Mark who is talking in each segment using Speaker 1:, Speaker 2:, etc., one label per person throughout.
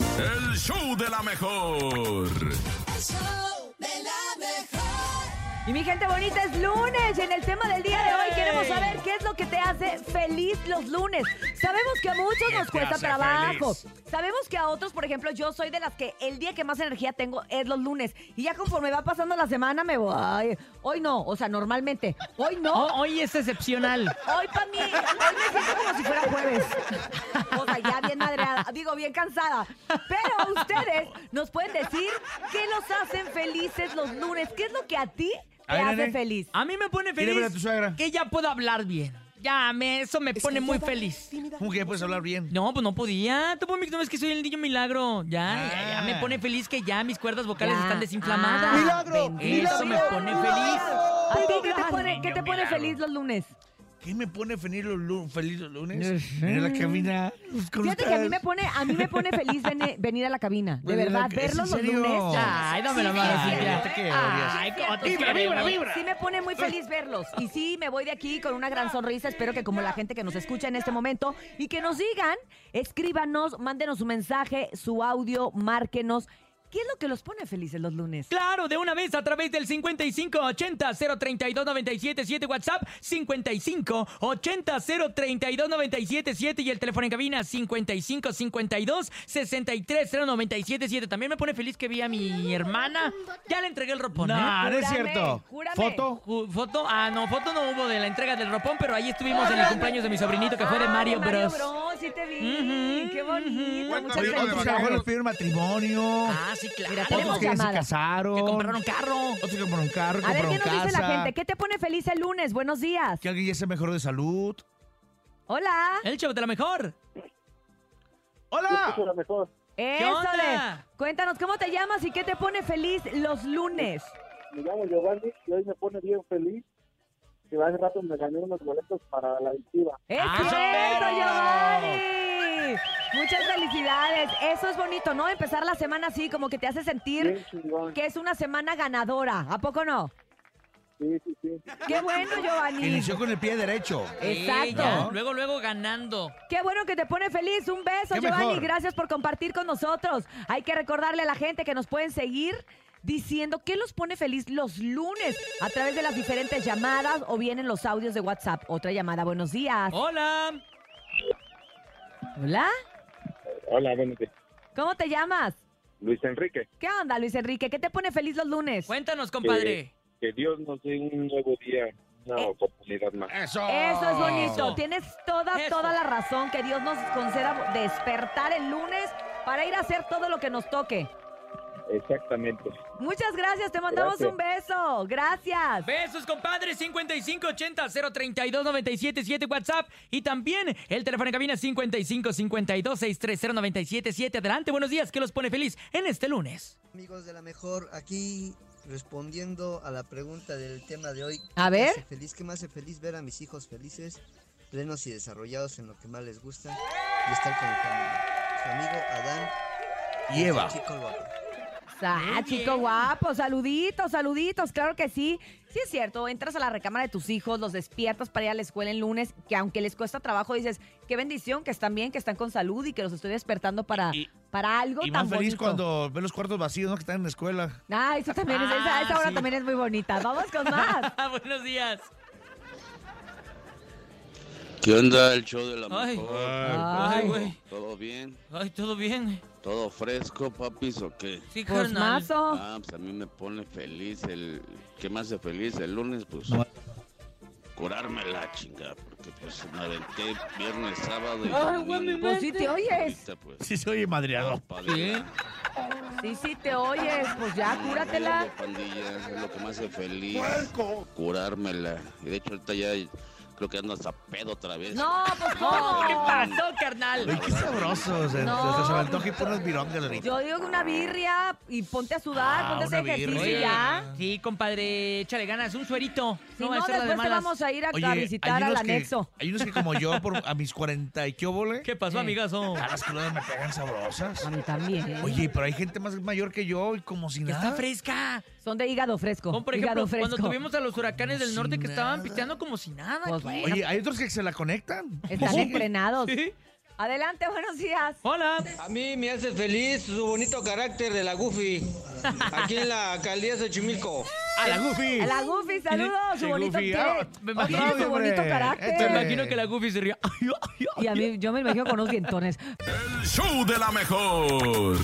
Speaker 1: El show de la mejor.
Speaker 2: Y mi gente bonita, es lunes y en el tema del día de hoy queremos saber qué es lo que te hace feliz los lunes. Sabemos que a muchos nos
Speaker 3: te
Speaker 2: cuesta
Speaker 3: hace
Speaker 2: trabajo.
Speaker 3: feliz?
Speaker 2: Sabemos que a otros, por ejemplo, yo soy de las que el día que más energía tengo es los lunes. Y ya conforme va pasando la semana me voy. "Ay, hoy no, o sea, normalmente. Hoy no.
Speaker 4: Oh, hoy es excepcional.
Speaker 2: Hoy para mí, hoy me siento como si fuera jueves. O sea, ya bien madreada, digo, bien cansada. Pero ustedes nos pueden decir qué los hacen felices los lunes. ¿Qué es lo que a ti te
Speaker 5: A ver,
Speaker 2: hace
Speaker 5: Nene.
Speaker 2: feliz?
Speaker 4: A mí me pone
Speaker 5: Dile,
Speaker 4: feliz
Speaker 5: a tu suegra.
Speaker 4: que ya puedo hablar bien. Ya, me, eso me pone muy feliz.
Speaker 5: ¿Cómo que puedes hablar bien?
Speaker 4: No, pues no podía. Tú, Pomix, no ves que soy el niño milagro. Ya, ya, ya,
Speaker 5: Ah.
Speaker 4: me pone feliz que ya mis cuerdas vocales
Speaker 2: Ya.
Speaker 4: están desinflamadas.
Speaker 2: Ah,
Speaker 4: Eso me pone feliz.
Speaker 2: ¿A ti qué te
Speaker 4: Ay,
Speaker 2: pone,
Speaker 4: niño
Speaker 2: qué te pone
Speaker 4: milagro.
Speaker 2: feliz los lunes?
Speaker 5: ¿Qué me pone feliz los, lu- feliz los lunes? En la cabina. pues, con
Speaker 2: Fíjate que a mí me
Speaker 5: ustedes.
Speaker 2: pone, a mí me pone feliz vene- venir a la cabina. De
Speaker 5: Venir a la
Speaker 2: verdad,
Speaker 5: ca- ¿es
Speaker 2: verlos
Speaker 5: en
Speaker 2: los
Speaker 5: serio?
Speaker 2: lunes. ya.
Speaker 4: Ay, dame la
Speaker 2: Sí,
Speaker 4: mano,
Speaker 2: sí,
Speaker 4: Cintia.
Speaker 5: sí, sí.
Speaker 4: Ay,
Speaker 2: Sí,
Speaker 4: Otto,
Speaker 2: sí,
Speaker 4: te queremos.
Speaker 2: Sí me pone muy feliz verlos. Y sí, me voy de aquí con una gran sonrisa. Espero que como la gente que nos escucha en este momento y que nos digan, escríbanos, mándenos su mensaje, su audio, márquenos. ¿Qué es lo que los pone felices los lunes?
Speaker 4: Claro, de una vez a través del 5580-032-977 WhatsApp, 5580-032-977 y el teléfono en cabina 5552-630977. También me pone feliz que vi a mi hermana. Ya le entregué el ropón. ¿eh?
Speaker 5: No, no es
Speaker 2: Júrame,
Speaker 5: cierto.
Speaker 2: júrame.
Speaker 5: Foto.
Speaker 4: Ju- ¿Foto? Ah, no, foto no hubo de la entrega del ropón, pero ahí estuvimos en el cumpleaños de mi sobrinito que fue de
Speaker 2: Ah,
Speaker 4: Mario Bros.
Speaker 2: sí te vi.
Speaker 4: Ujú,
Speaker 2: Qué bonito.
Speaker 4: ujú.
Speaker 2: Muchas
Speaker 1: Cuéntame,
Speaker 5: Otros
Speaker 2: gracias.
Speaker 5: que a lo mejor les pidieron matrimonio.
Speaker 4: Ah, sí, claro.
Speaker 2: Mira,
Speaker 5: Otros
Speaker 2: tenemos
Speaker 5: que ya se
Speaker 2: llamada.
Speaker 5: casaron.
Speaker 4: que compraron carro.
Speaker 5: Otros que compraron carro,
Speaker 2: A ver
Speaker 5: compraron
Speaker 2: qué nos dice la
Speaker 5: casa.
Speaker 2: gente. ¿Qué te pone feliz el lunes? Buenos días.
Speaker 5: Que alguien ya se mejoró de salud.
Speaker 2: Hola.
Speaker 4: El show de la mejor.
Speaker 5: ¡Hola! Ah.
Speaker 6: Eso es lo mejor.
Speaker 2: Eso
Speaker 4: onda?
Speaker 2: de. Cuéntanos cómo te llamas y qué te pone feliz los lunes.
Speaker 6: Me llamo Giovanni y hoy me pone bien feliz que hace rato me gané unos boletos para la adictiva.
Speaker 2: Es
Speaker 4: Ah,
Speaker 2: cierto,
Speaker 4: pero-
Speaker 2: Giovanni. Muchas felicidades. Eso es bonito, ¿no? Empezar la semana así, como que te hace sentir
Speaker 6: Bien chingón.
Speaker 2: que es una semana ganadora. ¿A poco no?
Speaker 6: Sí, sí, sí.
Speaker 2: Qué bueno,
Speaker 5: Que
Speaker 2: Giovanni.
Speaker 5: inició con el pie derecho.
Speaker 4: Sí, ya.
Speaker 2: Exacto.
Speaker 4: Luego, luego ganando.
Speaker 2: Qué bueno que te pone feliz. Un beso,
Speaker 5: Qué
Speaker 2: Giovanni.
Speaker 5: mejor.
Speaker 2: Gracias por compartir con nosotros. Hay que recordarle a la gente que nos pueden seguir diciendo qué los pone feliz los lunes a través de las diferentes llamadas o bien en los audios de WhatsApp. Otra llamada, buenos días.
Speaker 5: Oh.
Speaker 4: Hola.
Speaker 2: Hola,
Speaker 6: Hola, buenos días.
Speaker 2: ¿cómo te llamas?
Speaker 6: Luis Enrique,
Speaker 2: ¿Qué onda, Luis Enrique? ¿Qué te pone feliz los lunes?
Speaker 4: Cuéntanos, compadre.
Speaker 6: que Dios nos dé un nuevo día, una oportunidad más.
Speaker 5: Eso.
Speaker 2: Eso es bonito.
Speaker 4: Eso.
Speaker 2: Tienes toda,
Speaker 4: Eso.
Speaker 2: toda la razón. Que Dios nos conceda despertar el lunes para ir a hacer todo lo que nos toque.
Speaker 6: Exactamente.
Speaker 2: Muchas gracias. Te mandamos
Speaker 6: Gracias.
Speaker 2: un beso. Gracias.
Speaker 4: Besos, compadre. 5580-032-977 WhatsApp. Y también el teléfono en cabina 5552-630-977. Adelante, buenos días. ¿Qué los pone feliz en este lunes?
Speaker 7: Amigos de la mejor, aquí respondiendo a la pregunta del tema de hoy.
Speaker 2: A
Speaker 7: ¿qué me
Speaker 2: ver.
Speaker 7: hace Feliz, que me hace feliz ver a mis hijos felices, plenos y desarrollados en lo que más les gusta y estar con mi familia. Su amigo Adán
Speaker 5: Y Eva.
Speaker 7: Chico el guapo.
Speaker 2: Ah,
Speaker 4: Muy
Speaker 2: chico
Speaker 4: bien.
Speaker 2: guapo, saluditos, saluditos, claro que sí. Sí es cierto, entras a la recámara de tus hijos, los despiertas para ir a la escuela el lunes, que aunque les cuesta trabajo, dices, qué bendición que están bien, que están con salud y que los estoy despertando para,
Speaker 5: Y-
Speaker 2: para algo
Speaker 5: Y
Speaker 2: tan
Speaker 5: más feliz
Speaker 2: bonito.
Speaker 5: cuando ve los cuartos vacíos, ¿no? Que están en la escuela.
Speaker 2: Ah, eso también, es, esa,
Speaker 4: Ah,
Speaker 2: esa hora
Speaker 4: sí.
Speaker 2: también es muy bonita. Vamos con más.
Speaker 4: buenos días.
Speaker 8: ¿Qué onda el show de la
Speaker 4: Ay.
Speaker 8: mejor?
Speaker 2: Ay,
Speaker 4: güey.
Speaker 8: ¿Todo bien?
Speaker 4: Ay, todo bien.
Speaker 8: ¿Todo fresco, papis, o qué?
Speaker 4: Sí,
Speaker 2: Pues
Speaker 4: carnal.
Speaker 2: mazo.
Speaker 8: Ah, pues a mí me pone feliz el... ¿Qué me hace feliz el lunes? Pues
Speaker 5: No.
Speaker 8: curarme la chinga, porque pues me aventé viernes, sábado y
Speaker 4: Ay, güey, mi
Speaker 8: domingo.
Speaker 2: Pues sí te oyes,
Speaker 8: Ahorita, pues,
Speaker 5: Sí, soy madreado.
Speaker 8: pa' adelante.
Speaker 2: sí, sí te oyes, pues ya
Speaker 8: No,
Speaker 2: cúratela.
Speaker 8: digo, pandilla, es lo que me hace feliz. Curármela. Y de hecho ahorita ya creo que ando hasta pedo otra vez.
Speaker 2: No, pues
Speaker 4: Oh, ¿Qué
Speaker 2: cómo.
Speaker 4: pasó, carnal?
Speaker 5: Ay, qué sabroso. o sea,
Speaker 2: No,
Speaker 5: hasta se me antoja y por unas virongas ahorita.
Speaker 2: Yo digo que una birria y ponte a sudar,
Speaker 5: Ah,
Speaker 2: ponte a hacer
Speaker 5: una birria.
Speaker 2: ejercicio
Speaker 4: Oye,
Speaker 2: y ya.
Speaker 4: Sí, compadre, échale ganas, un suerito.
Speaker 2: Si no,
Speaker 4: va a ser la de
Speaker 2: después te
Speaker 4: malas.
Speaker 2: vamos a ir a, a
Speaker 5: Oye,
Speaker 2: visitar
Speaker 5: hay
Speaker 2: al
Speaker 5: unos que-
Speaker 2: anexo.
Speaker 5: Hay unos que como yo, por, a mis 40 y qué óvole,
Speaker 4: ¿Qué pasó,
Speaker 2: Eh.
Speaker 4: amigazo?
Speaker 5: a las crudas me pegan sabrosas.
Speaker 2: A mí también.
Speaker 5: Oye, pero hay gente más mayor que yo y como si
Speaker 4: Que está
Speaker 5: nada.
Speaker 4: fresca.
Speaker 2: Son de hígado fresco.
Speaker 4: Como por
Speaker 2: hígado
Speaker 4: ejemplo,
Speaker 2: fresco.
Speaker 4: cuando tuvimos a los huracanes
Speaker 5: Como
Speaker 4: del
Speaker 5: si
Speaker 4: norte que estaban
Speaker 5: nada.
Speaker 4: pisteando como si nada.
Speaker 2: Pues
Speaker 4: aquí.
Speaker 2: bueno.
Speaker 5: Oye, hay otros que se la conectan.
Speaker 2: Están
Speaker 5: Sí.
Speaker 2: entrenados.
Speaker 4: Sí.
Speaker 2: Adelante, buenos días.
Speaker 4: Hola.
Speaker 3: A mí me hace feliz su bonito carácter de la Goofy. Aquí en la alcaldía Xochimilco.
Speaker 4: A la Goofy.
Speaker 2: A la Goofy, saludos. Su
Speaker 5: Sí,
Speaker 2: bonito,
Speaker 5: Goofy,
Speaker 2: tiene-
Speaker 5: ah,
Speaker 4: me
Speaker 2: tiene
Speaker 4: imagino,
Speaker 2: su
Speaker 5: hombre. Este
Speaker 2: bonito
Speaker 4: Me
Speaker 2: carácter.
Speaker 5: Échale.
Speaker 4: imagino que la Goofy se ría. Ay, ay, ay.
Speaker 2: Y a mí, yo me imagino con unos dientones.
Speaker 1: El show de la mejor.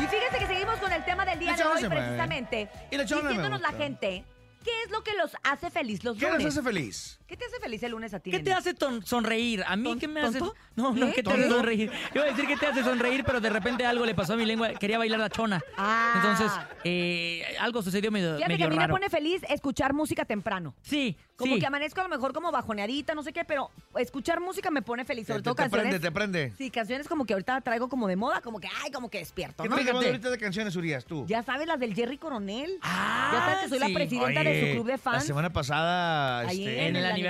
Speaker 2: Y fíjate que seguimos con el tema del día
Speaker 5: La
Speaker 2: de
Speaker 5: chava
Speaker 2: hoy,
Speaker 5: se mueve.
Speaker 2: precisamente.
Speaker 5: Y la chava no me
Speaker 2: diciéndonos la
Speaker 5: gusta.
Speaker 2: gente, ¿qué es lo que los hace feliz los
Speaker 5: ¿Qué
Speaker 2: lunes?
Speaker 5: nos hace feliz?
Speaker 2: ¿Qué te hace feliz el lunes a ti?
Speaker 4: ¿Qué te
Speaker 2: nene?
Speaker 4: hace ton- sonreír? ¿A mí
Speaker 2: ¿Ton-
Speaker 4: qué me hace?
Speaker 2: tonto?
Speaker 4: No, no,
Speaker 2: ¿Eh?
Speaker 4: ¿qué te hace
Speaker 2: ¿Tonto?
Speaker 4: sonreír? Yo iba a decir que te hace sonreír, pero de repente algo le pasó a mi lengua. Quería bailar la chona.
Speaker 2: Ah.
Speaker 4: Entonces, eh, algo sucedió medio,
Speaker 2: Fíjate que
Speaker 4: medio
Speaker 2: a mí
Speaker 4: raro.
Speaker 2: me pone feliz escuchar música temprano.
Speaker 4: Sí,
Speaker 2: Como
Speaker 4: sí.
Speaker 2: que amanezco a lo mejor como bajoneadita, no sé qué, pero escuchar música me pone feliz, sobre
Speaker 5: Eh, Te-
Speaker 2: todo
Speaker 5: te,
Speaker 2: canciones.
Speaker 5: prende, te prende.
Speaker 2: Sí, canciones como que ahorita traigo como de moda, como que ay, como que despierto,
Speaker 5: ¿Qué
Speaker 2: ¿no?
Speaker 5: estás llevando
Speaker 4: fíjate.
Speaker 5: ahorita de canciones, Urias, tú?
Speaker 2: Ya sabes las del Jerry Coronel.
Speaker 4: Ah,
Speaker 2: ya sabes que soy
Speaker 4: sí.
Speaker 2: la presidenta de su
Speaker 5: Oye,
Speaker 2: club de
Speaker 5: La
Speaker 2: fans.
Speaker 5: semana pasada,
Speaker 2: Ahí
Speaker 5: este,
Speaker 4: en el aniversario.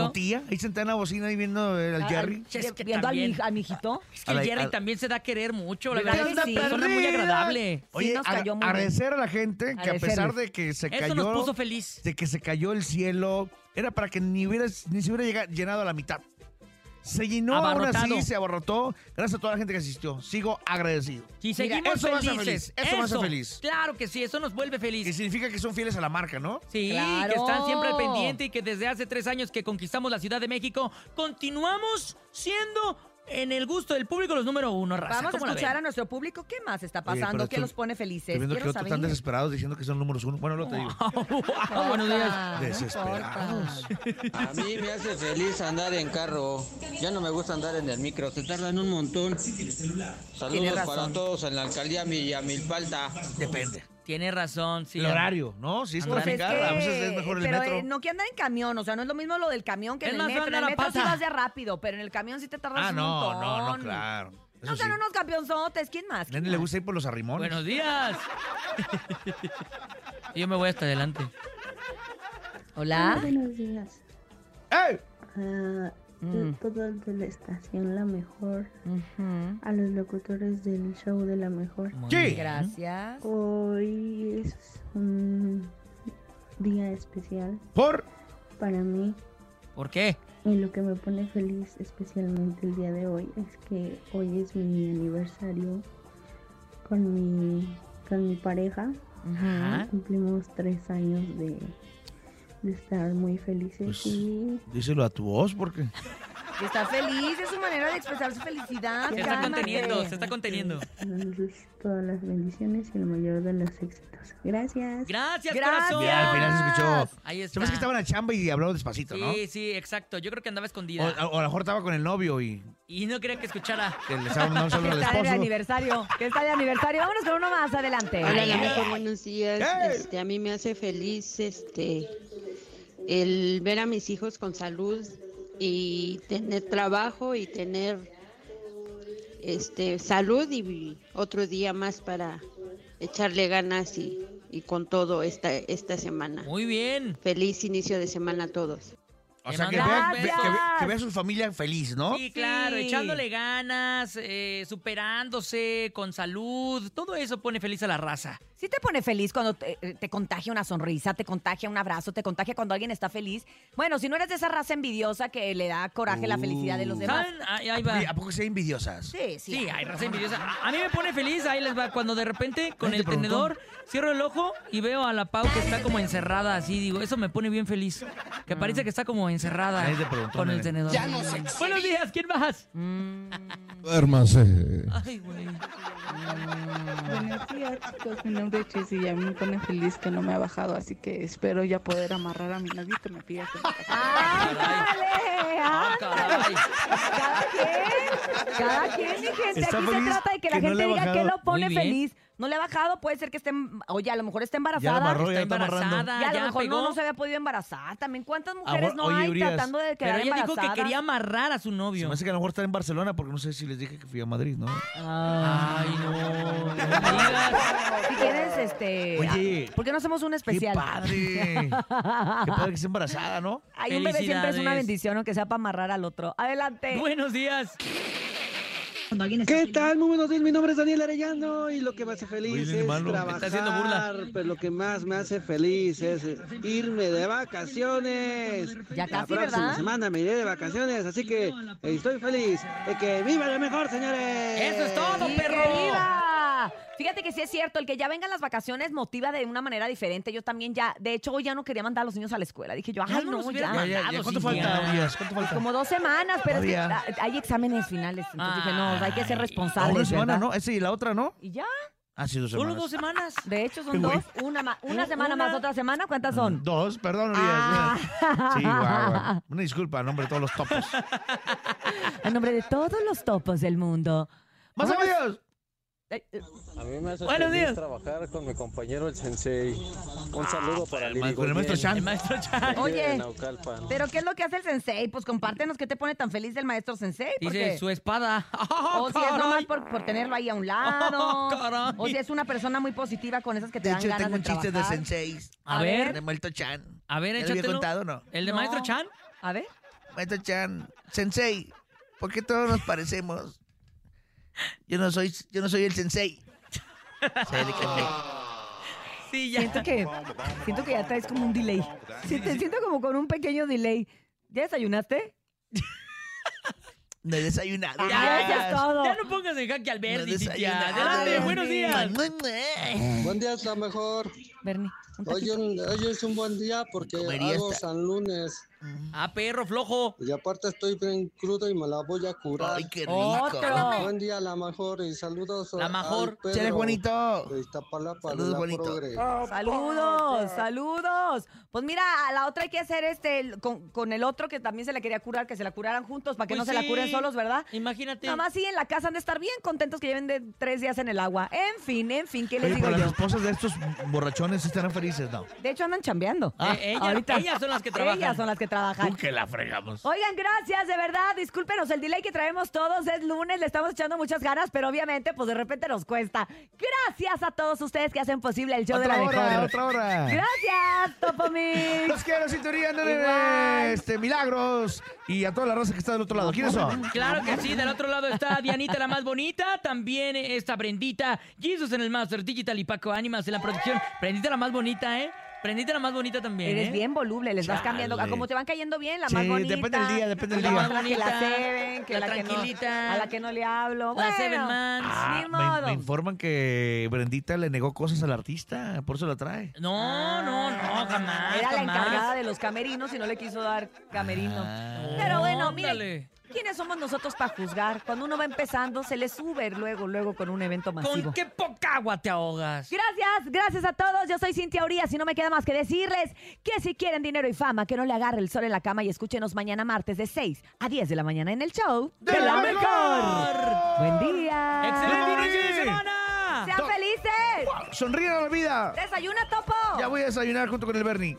Speaker 5: como tía, ahí sentada en la bocina y viendo eh, al
Speaker 2: Ah,
Speaker 5: Jerry.
Speaker 2: ah,
Speaker 4: Es que
Speaker 2: viendo al
Speaker 4: también.
Speaker 2: mij- a mi hijito.
Speaker 4: Es que
Speaker 5: A la-
Speaker 4: Jerry
Speaker 5: a-
Speaker 4: también se da a querer mucho, la
Speaker 2: ¿Verdad
Speaker 4: verdad.
Speaker 2: que
Speaker 4: Es una
Speaker 2: sí?
Speaker 4: persona muy
Speaker 5: Perdida.
Speaker 4: agradable.
Speaker 5: Oye,
Speaker 2: nos
Speaker 5: a-
Speaker 2: cayó muy bien.
Speaker 5: agradecer a la gente que a pesar
Speaker 2: Agradecerle.
Speaker 5: de que se
Speaker 4: Eso
Speaker 5: cayó,
Speaker 4: nos puso feliz.
Speaker 5: de que se cayó el cielo, era para que ni, hubiera, ni se hubiera llega- llenado a la mitad. Se llenó aún
Speaker 4: Abarrotado.
Speaker 5: así, se abarrotó. Gracias a toda la gente que asistió. Sigo agradecido.
Speaker 4: Si
Speaker 5: Mira,
Speaker 4: seguimos
Speaker 5: eso me hace
Speaker 4: felices.
Speaker 5: feliz, Eso, me hace feliz.
Speaker 4: Claro que sí, eso nos vuelve
Speaker 5: Que
Speaker 4: feliz.
Speaker 5: significa que son fieles a la marca, ¿no?
Speaker 4: Sí,
Speaker 2: Claro.
Speaker 4: que están siempre al pendiente y que desde hace tres años que conquistamos la Ciudad de México, continuamos siendo en el gusto del público los número uno, raza.
Speaker 2: Vamos a
Speaker 4: ¿Cómo la
Speaker 2: escuchar a
Speaker 4: ven?
Speaker 2: nuestro público qué más está
Speaker 5: Oye,
Speaker 2: pasando,
Speaker 5: pero
Speaker 2: qué
Speaker 5: estoy-
Speaker 2: los pone felices.
Speaker 5: Estoy viendo que
Speaker 2: Quiero
Speaker 5: otros están
Speaker 2: saber.
Speaker 5: desesperados diciendo que son números uno. Bueno, lo te digo.
Speaker 4: Oh, Wow, buenos días.
Speaker 2: Corta,
Speaker 5: Desesperados.
Speaker 2: corta.
Speaker 3: A mí me hace feliz andar en carro. Ya no me gusta andar en el micro, se tardan un montón.
Speaker 2: Tiene
Speaker 3: Saludos
Speaker 2: razón.
Speaker 3: para todos en la alcaldía Millamilpalta.
Speaker 5: Depende.
Speaker 4: Tiene razón, sí.
Speaker 5: El horario, ¿no? Si es
Speaker 4: Pues es
Speaker 5: traficar, a veces es mejor el
Speaker 2: pero
Speaker 5: metro.
Speaker 2: eh, no que andar en camión, o sea, no es lo mismo lo del camión que
Speaker 4: Es
Speaker 2: en el
Speaker 4: más,
Speaker 2: metro. En
Speaker 4: anda
Speaker 2: el
Speaker 4: la
Speaker 2: metro sí
Speaker 4: pata.
Speaker 2: vas de rápido, pero en el camión sí te tardas
Speaker 5: ah,
Speaker 2: un
Speaker 5: no,
Speaker 2: montón.
Speaker 5: no, no, claro.
Speaker 2: No
Speaker 5: Eso sí.
Speaker 2: sean unos campeonzotes, ¿quién más?
Speaker 5: A Nene
Speaker 2: ¿Quién
Speaker 5: le
Speaker 2: más?
Speaker 5: gusta ir por los arrimones.
Speaker 4: Buenos días. Yo me voy hasta adelante.
Speaker 2: Hola.
Speaker 9: Ah, Buenos días. Ah,
Speaker 5: ¡Ey!
Speaker 9: A
Speaker 2: Mm.
Speaker 9: todos de la estación La Mejor,
Speaker 2: Ujú.
Speaker 9: a los locutores del show de La Mejor.
Speaker 4: Muy
Speaker 5: Sí.
Speaker 4: bien.
Speaker 2: Gracias.
Speaker 9: Hoy es un día especial
Speaker 5: Por.
Speaker 9: para mí
Speaker 4: ¿Por qué?
Speaker 9: y lo que me pone feliz especialmente el día de hoy es que hoy es mi aniversario con mi, con mi pareja.
Speaker 4: Ajá.
Speaker 2: Ah.
Speaker 9: Cumplimos tres años de, de estar muy felices
Speaker 5: Pues,
Speaker 9: y
Speaker 5: díselo a tu voz, porque.
Speaker 2: Que Está feliz, es su manera de expresar su felicidad.
Speaker 4: Se está
Speaker 2: cálmate.
Speaker 4: conteniendo, se está conteniendo.
Speaker 9: dándoles todas las bendiciones y el mayor de los éxitos. Gracias.
Speaker 2: Gracias.
Speaker 4: Gracias, corazón.
Speaker 5: Ya, al final se escuchó.
Speaker 4: Ahí está.
Speaker 5: Se me hace que estaba en la chamba y habló despacito,
Speaker 4: Sí,
Speaker 5: ¿no?
Speaker 4: sí, exacto. Yo creo que andaba
Speaker 5: O,
Speaker 4: escondida.
Speaker 5: o a lo mejor estaba con el novio y
Speaker 4: Y no quería que escuchara.
Speaker 5: que le estaba mandando
Speaker 2: Que
Speaker 5: solo al
Speaker 2: está de
Speaker 5: esposo.
Speaker 2: aniversario, que está de aniversario. Vámonos con uno más, adelante.
Speaker 10: Hola, la mejor, buenos días.
Speaker 5: ¡Ey!
Speaker 10: Este, a mí me hace feliz este el ver a mis hijos con salud y tener trabajo y tener este salud y otro día más para echarle ganas y, y con todo esta esta semana.
Speaker 4: Muy bien.
Speaker 10: Feliz inicio de semana a todos.
Speaker 5: O sea, que
Speaker 4: Le
Speaker 5: vea,
Speaker 4: mandaba
Speaker 5: que,
Speaker 4: besos.
Speaker 5: vea- que vea a su familia feliz, ¿no?
Speaker 4: Sí, claro,
Speaker 2: Sí.
Speaker 4: echándole ganas, eh, superándose, con salud, todo eso pone feliz a la raza.
Speaker 2: Sí te pone feliz cuando te, eh, te contagia una sonrisa, te contagia un abrazo, te contagia cuando alguien está feliz. Bueno, si no eres de esa raza envidiosa que le da coraje la felicidad de
Speaker 5: Uh.
Speaker 2: los demás.
Speaker 4: ¿Saben? Ahí, ahí va.
Speaker 5: Oye, ¿A poco sean envidiosas?
Speaker 2: Sí, sí.
Speaker 4: Sí, hay raza envidiosa. A, a mí me pone feliz, ahí les va, cuando de repente con
Speaker 5: Nadie
Speaker 4: el
Speaker 5: te preguntó.
Speaker 4: tenedor cierro el ojo y veo a la Pau que está como encerrada así, digo, eso me pone bien feliz. Que
Speaker 5: Mm.
Speaker 4: parece que está como encerrada
Speaker 5: Nadie te preguntó,
Speaker 4: con el
Speaker 5: nene.
Speaker 4: tenedor. Buenos días, ¿quién más?
Speaker 2: Mm,
Speaker 4: Ay, güey.
Speaker 11: Buenos días, chicos. Mi nombre es Chis y a mí me pone feliz que no me ha bajado, así que espero ya poder amarrar a mi novio que me pida que me case.
Speaker 2: ¡Ándale!
Speaker 4: Ah,
Speaker 2: ándale.
Speaker 4: caray.
Speaker 2: Cada quien, cada quien, mi gente.
Speaker 5: Está
Speaker 2: Aquí se
Speaker 5: feliz
Speaker 2: trata de que la
Speaker 5: que no
Speaker 2: gente
Speaker 5: le ha
Speaker 2: diga
Speaker 5: bajado.
Speaker 2: que lo pone
Speaker 4: Muy bien.
Speaker 2: feliz. No le ha bajado, puede ser que esté, oye, a lo mejor está
Speaker 5: Ya la
Speaker 2: embarazada.
Speaker 5: amarró, ya está
Speaker 4: Está
Speaker 5: amarrando.
Speaker 4: embarazada,
Speaker 2: Y a lo
Speaker 4: ya
Speaker 2: mejor no,
Speaker 4: pegó.
Speaker 2: no se había podido embarazar. También, ¿cuántas
Speaker 5: Ahora,
Speaker 2: mujeres no
Speaker 5: Ah, oye,
Speaker 2: hay
Speaker 5: Urias,
Speaker 2: tratando de
Speaker 4: Pero
Speaker 2: quedar
Speaker 4: ella dijo que
Speaker 2: embarazadas?
Speaker 4: quería amarrar a su
Speaker 5: Se
Speaker 4: novio.
Speaker 5: me hace que a lo mejor está en Barcelona porque no sé si les dije que fui a Madrid, ¿no?
Speaker 4: Ay, no. no digas.
Speaker 2: Si quieres, este.
Speaker 5: Oye.
Speaker 2: ¿Por qué no hacemos un especial?
Speaker 5: ¡Qué padre! ¡Qué padre que esté embarazada, ¿no?
Speaker 2: Hay un bebé siempre es una
Speaker 4: Felicidades.
Speaker 2: bendición, aunque sea para amarrar al otro. Adelante.
Speaker 4: Buenos días.
Speaker 12: ¿Qué tal? Muy buenos días, mi nombre es Daniel Arellano y lo que me hace feliz
Speaker 5: Oye,
Speaker 12: es
Speaker 5: malo.
Speaker 12: trabajar,
Speaker 5: Está haciendo burla.
Speaker 12: pero lo que más me hace feliz es eh, irme de vacaciones. La
Speaker 2: Ya casi,
Speaker 12: próxima
Speaker 2: ¿verdad?
Speaker 12: semana me iré de vacaciones, así que estoy feliz de que viva lo mejor, señores.
Speaker 2: ¡Eso es todo, perro! Fíjate que sí es cierto, el que ya vengan las vacaciones motiva de una manera diferente. Yo también ya, de hecho, hoy ya no quería mandar a los niños a la escuela. Dije yo, ay, no, ya.
Speaker 5: Ya, ya, ya. ¿Cuánto falta, Urias? ¿Cuánto falta?
Speaker 2: Como dos semanas, pero es que
Speaker 5: Todavía.
Speaker 2: ah, hay exámenes finales. Entonces dije, no, o sea, hay que ser
Speaker 5: Ah,
Speaker 2: responsables.
Speaker 5: Una semana,
Speaker 2: ¿verdad?
Speaker 5: ¿no? Ese y la otra, ¿no?
Speaker 2: Y ya.
Speaker 5: Ah, sí, dos semanas.
Speaker 2: semanas. De hecho, son
Speaker 5: Qué güey.
Speaker 2: dos. Una, ma- una semana más, otra semana. ¿Cuántas son? Ah.
Speaker 5: Dos, perdón, Urias. Sí, guau. Una disculpa, a nombre de todos los topos.
Speaker 2: A nombre de todos los topos del mundo.
Speaker 5: ¡Más
Speaker 2: Vámonos.
Speaker 5: audios!
Speaker 2: Ay, eh,
Speaker 13: A mí me hace
Speaker 2: Buenos
Speaker 13: feliz
Speaker 2: días.
Speaker 13: trabajar con mi compañero el sensei. Un saludo para Lili
Speaker 5: maestro- el maestro
Speaker 13: Goldien,
Speaker 5: Chan. El
Speaker 4: maestro
Speaker 13: de aquí
Speaker 2: Oye.
Speaker 13: de Naucalpan.
Speaker 2: Pero ¿qué es lo que hace el sensei? Pues compártenos qué te pone tan feliz del maestro sensei.
Speaker 4: Dice
Speaker 2: porque-
Speaker 4: su espada.
Speaker 2: o si es nomás por, por tenerlo ahí a un lado.
Speaker 4: Oh, caray.
Speaker 2: o si es una persona muy positiva con esas que
Speaker 5: De
Speaker 2: te dan
Speaker 5: hecho,
Speaker 2: ganas
Speaker 5: tengo un chiste de
Speaker 2: trabajar.
Speaker 5: senseis.
Speaker 4: A ver.
Speaker 5: De Muerto Chan.
Speaker 4: A ver,
Speaker 5: ¿Ya lo había
Speaker 4: échatelo.
Speaker 5: contado o no?
Speaker 4: ¿El de Maestro Chan?
Speaker 2: A ver.
Speaker 5: Maestro Chan, sensei, ¿por qué todos nos parecemos? Yo no soy, yo no soy el sensei. Soy el sensei.
Speaker 2: Siento que, siento que ya traes como un delay. Sí, te siento como con un pequeño delay. ¿Ya desayunaste?
Speaker 5: No he desayunado.
Speaker 4: Ya,
Speaker 5: Urias.
Speaker 4: ya, ya no pongas en jaque al
Speaker 5: No
Speaker 4: Verdi, Cintia.
Speaker 5: desayunaste.
Speaker 4: Adelante,
Speaker 5: Ay,
Speaker 4: buenos
Speaker 5: mi
Speaker 4: días.
Speaker 13: Buen día es la mejor.
Speaker 2: Bernie,
Speaker 13: hoy, un- hoy es un buen día porque
Speaker 4: Comería
Speaker 13: hago
Speaker 4: esta-
Speaker 13: San Lunes.
Speaker 4: Ah, perro flojo.
Speaker 13: Y aparte estoy bien crudo y me la voy a curar.
Speaker 4: Ay, qué rico. Otro.
Speaker 13: Buen día, la mejor. Y saludos a
Speaker 4: La mejor. Chale,
Speaker 5: Juanito.
Speaker 13: De Iztapalapa,
Speaker 5: Saludos,
Speaker 13: de la
Speaker 5: Juanito.
Speaker 13: Progre.
Speaker 2: Saludos, saludos. Pues mira, a la otra hay que hacer este el- con, con el otro que también se le quería curar, que se la curaran juntos para que
Speaker 4: Pues
Speaker 2: no se la
Speaker 4: sí.
Speaker 2: curen solos, ¿verdad?
Speaker 4: Imagínate.
Speaker 2: Nada más sí en la casa han de estar bien contentos que lleven de tres días en el agua. En fin, en fin, ¿qué les
Speaker 5: Oye,
Speaker 2: digo
Speaker 5: pero las
Speaker 2: yo?
Speaker 5: esposas de estos borrachones sí estarán felices, ¿no?
Speaker 2: De hecho andan chambeando.
Speaker 5: Ah. Ella-
Speaker 4: Eh, ellas son las que
Speaker 2: Ellas
Speaker 4: trabajan.
Speaker 2: son las que trabajan.
Speaker 5: Tú que la fregamos.
Speaker 2: Oigan, gracias, de verdad. Discúlpenos el delay que traemos todos. Es lunes, le estamos echando muchas ganas, pero obviamente, pues de repente nos cuesta. Gracias a todos ustedes que hacen posible el show
Speaker 5: Otra
Speaker 2: de la
Speaker 5: hora,
Speaker 2: mejor.
Speaker 5: otra hora.
Speaker 2: Gracias, Topo Mix.
Speaker 5: Los quiero, cinturía,
Speaker 2: Igual.
Speaker 5: nene. Este, milagros. Y a toda la raza que está del otro lado. ¿Quiénes son?
Speaker 4: Claro que sí, del otro lado está Dianita, la más bonita. También está Brendita, Jesus en el Master Digital y Paco Ánimas en la producción. Brendita, la más bonita, ¿eh? Brendita, la más bonita también.
Speaker 2: Eres
Speaker 4: ¿eh?
Speaker 2: bien voluble, les vas
Speaker 4: Chale.
Speaker 2: cambiando. A como te van cayendo bien, la
Speaker 4: Sí,
Speaker 2: más bonita.
Speaker 4: depende del día, depende del
Speaker 2: la
Speaker 4: día.
Speaker 2: más bonita, que la Seven, que
Speaker 4: La
Speaker 2: la, que no-
Speaker 4: tranquilita.
Speaker 2: a la que no le hablo.
Speaker 4: La
Speaker 2: Bueno,
Speaker 4: Seven Mans.
Speaker 5: Ah,
Speaker 2: Ni
Speaker 5: me,
Speaker 2: modo.
Speaker 5: me informan que Brendita le negó cosas al artista, por eso la trae.
Speaker 4: No, no, no, jamás.
Speaker 2: Ah, Era la
Speaker 4: jamás. Ah.
Speaker 2: encargada de los camerinos y no le quiso dar camerino. Pero bueno, miren,
Speaker 4: Ándale.
Speaker 2: ¿quiénes somos nosotros para juzgar? Cuando uno va empezando, se le sube luego, luego con un evento masivo.
Speaker 4: ¿Con qué poca agua te ahogas?
Speaker 2: Gracias, gracias a todos. Yo soy Cintia Urias y no me queda más que decirles que si quieren dinero y fama, que no le agarre el sol en la cama y escúchenos mañana martes de 6 a 10 de la mañana en el show de, la, mejor. Buen día.
Speaker 4: ¡Excelente inicio de
Speaker 2: Sean felices.
Speaker 5: Sonríe a la vida.
Speaker 2: Desayuna, topo.
Speaker 5: Ya voy a desayunar junto con el Bernie.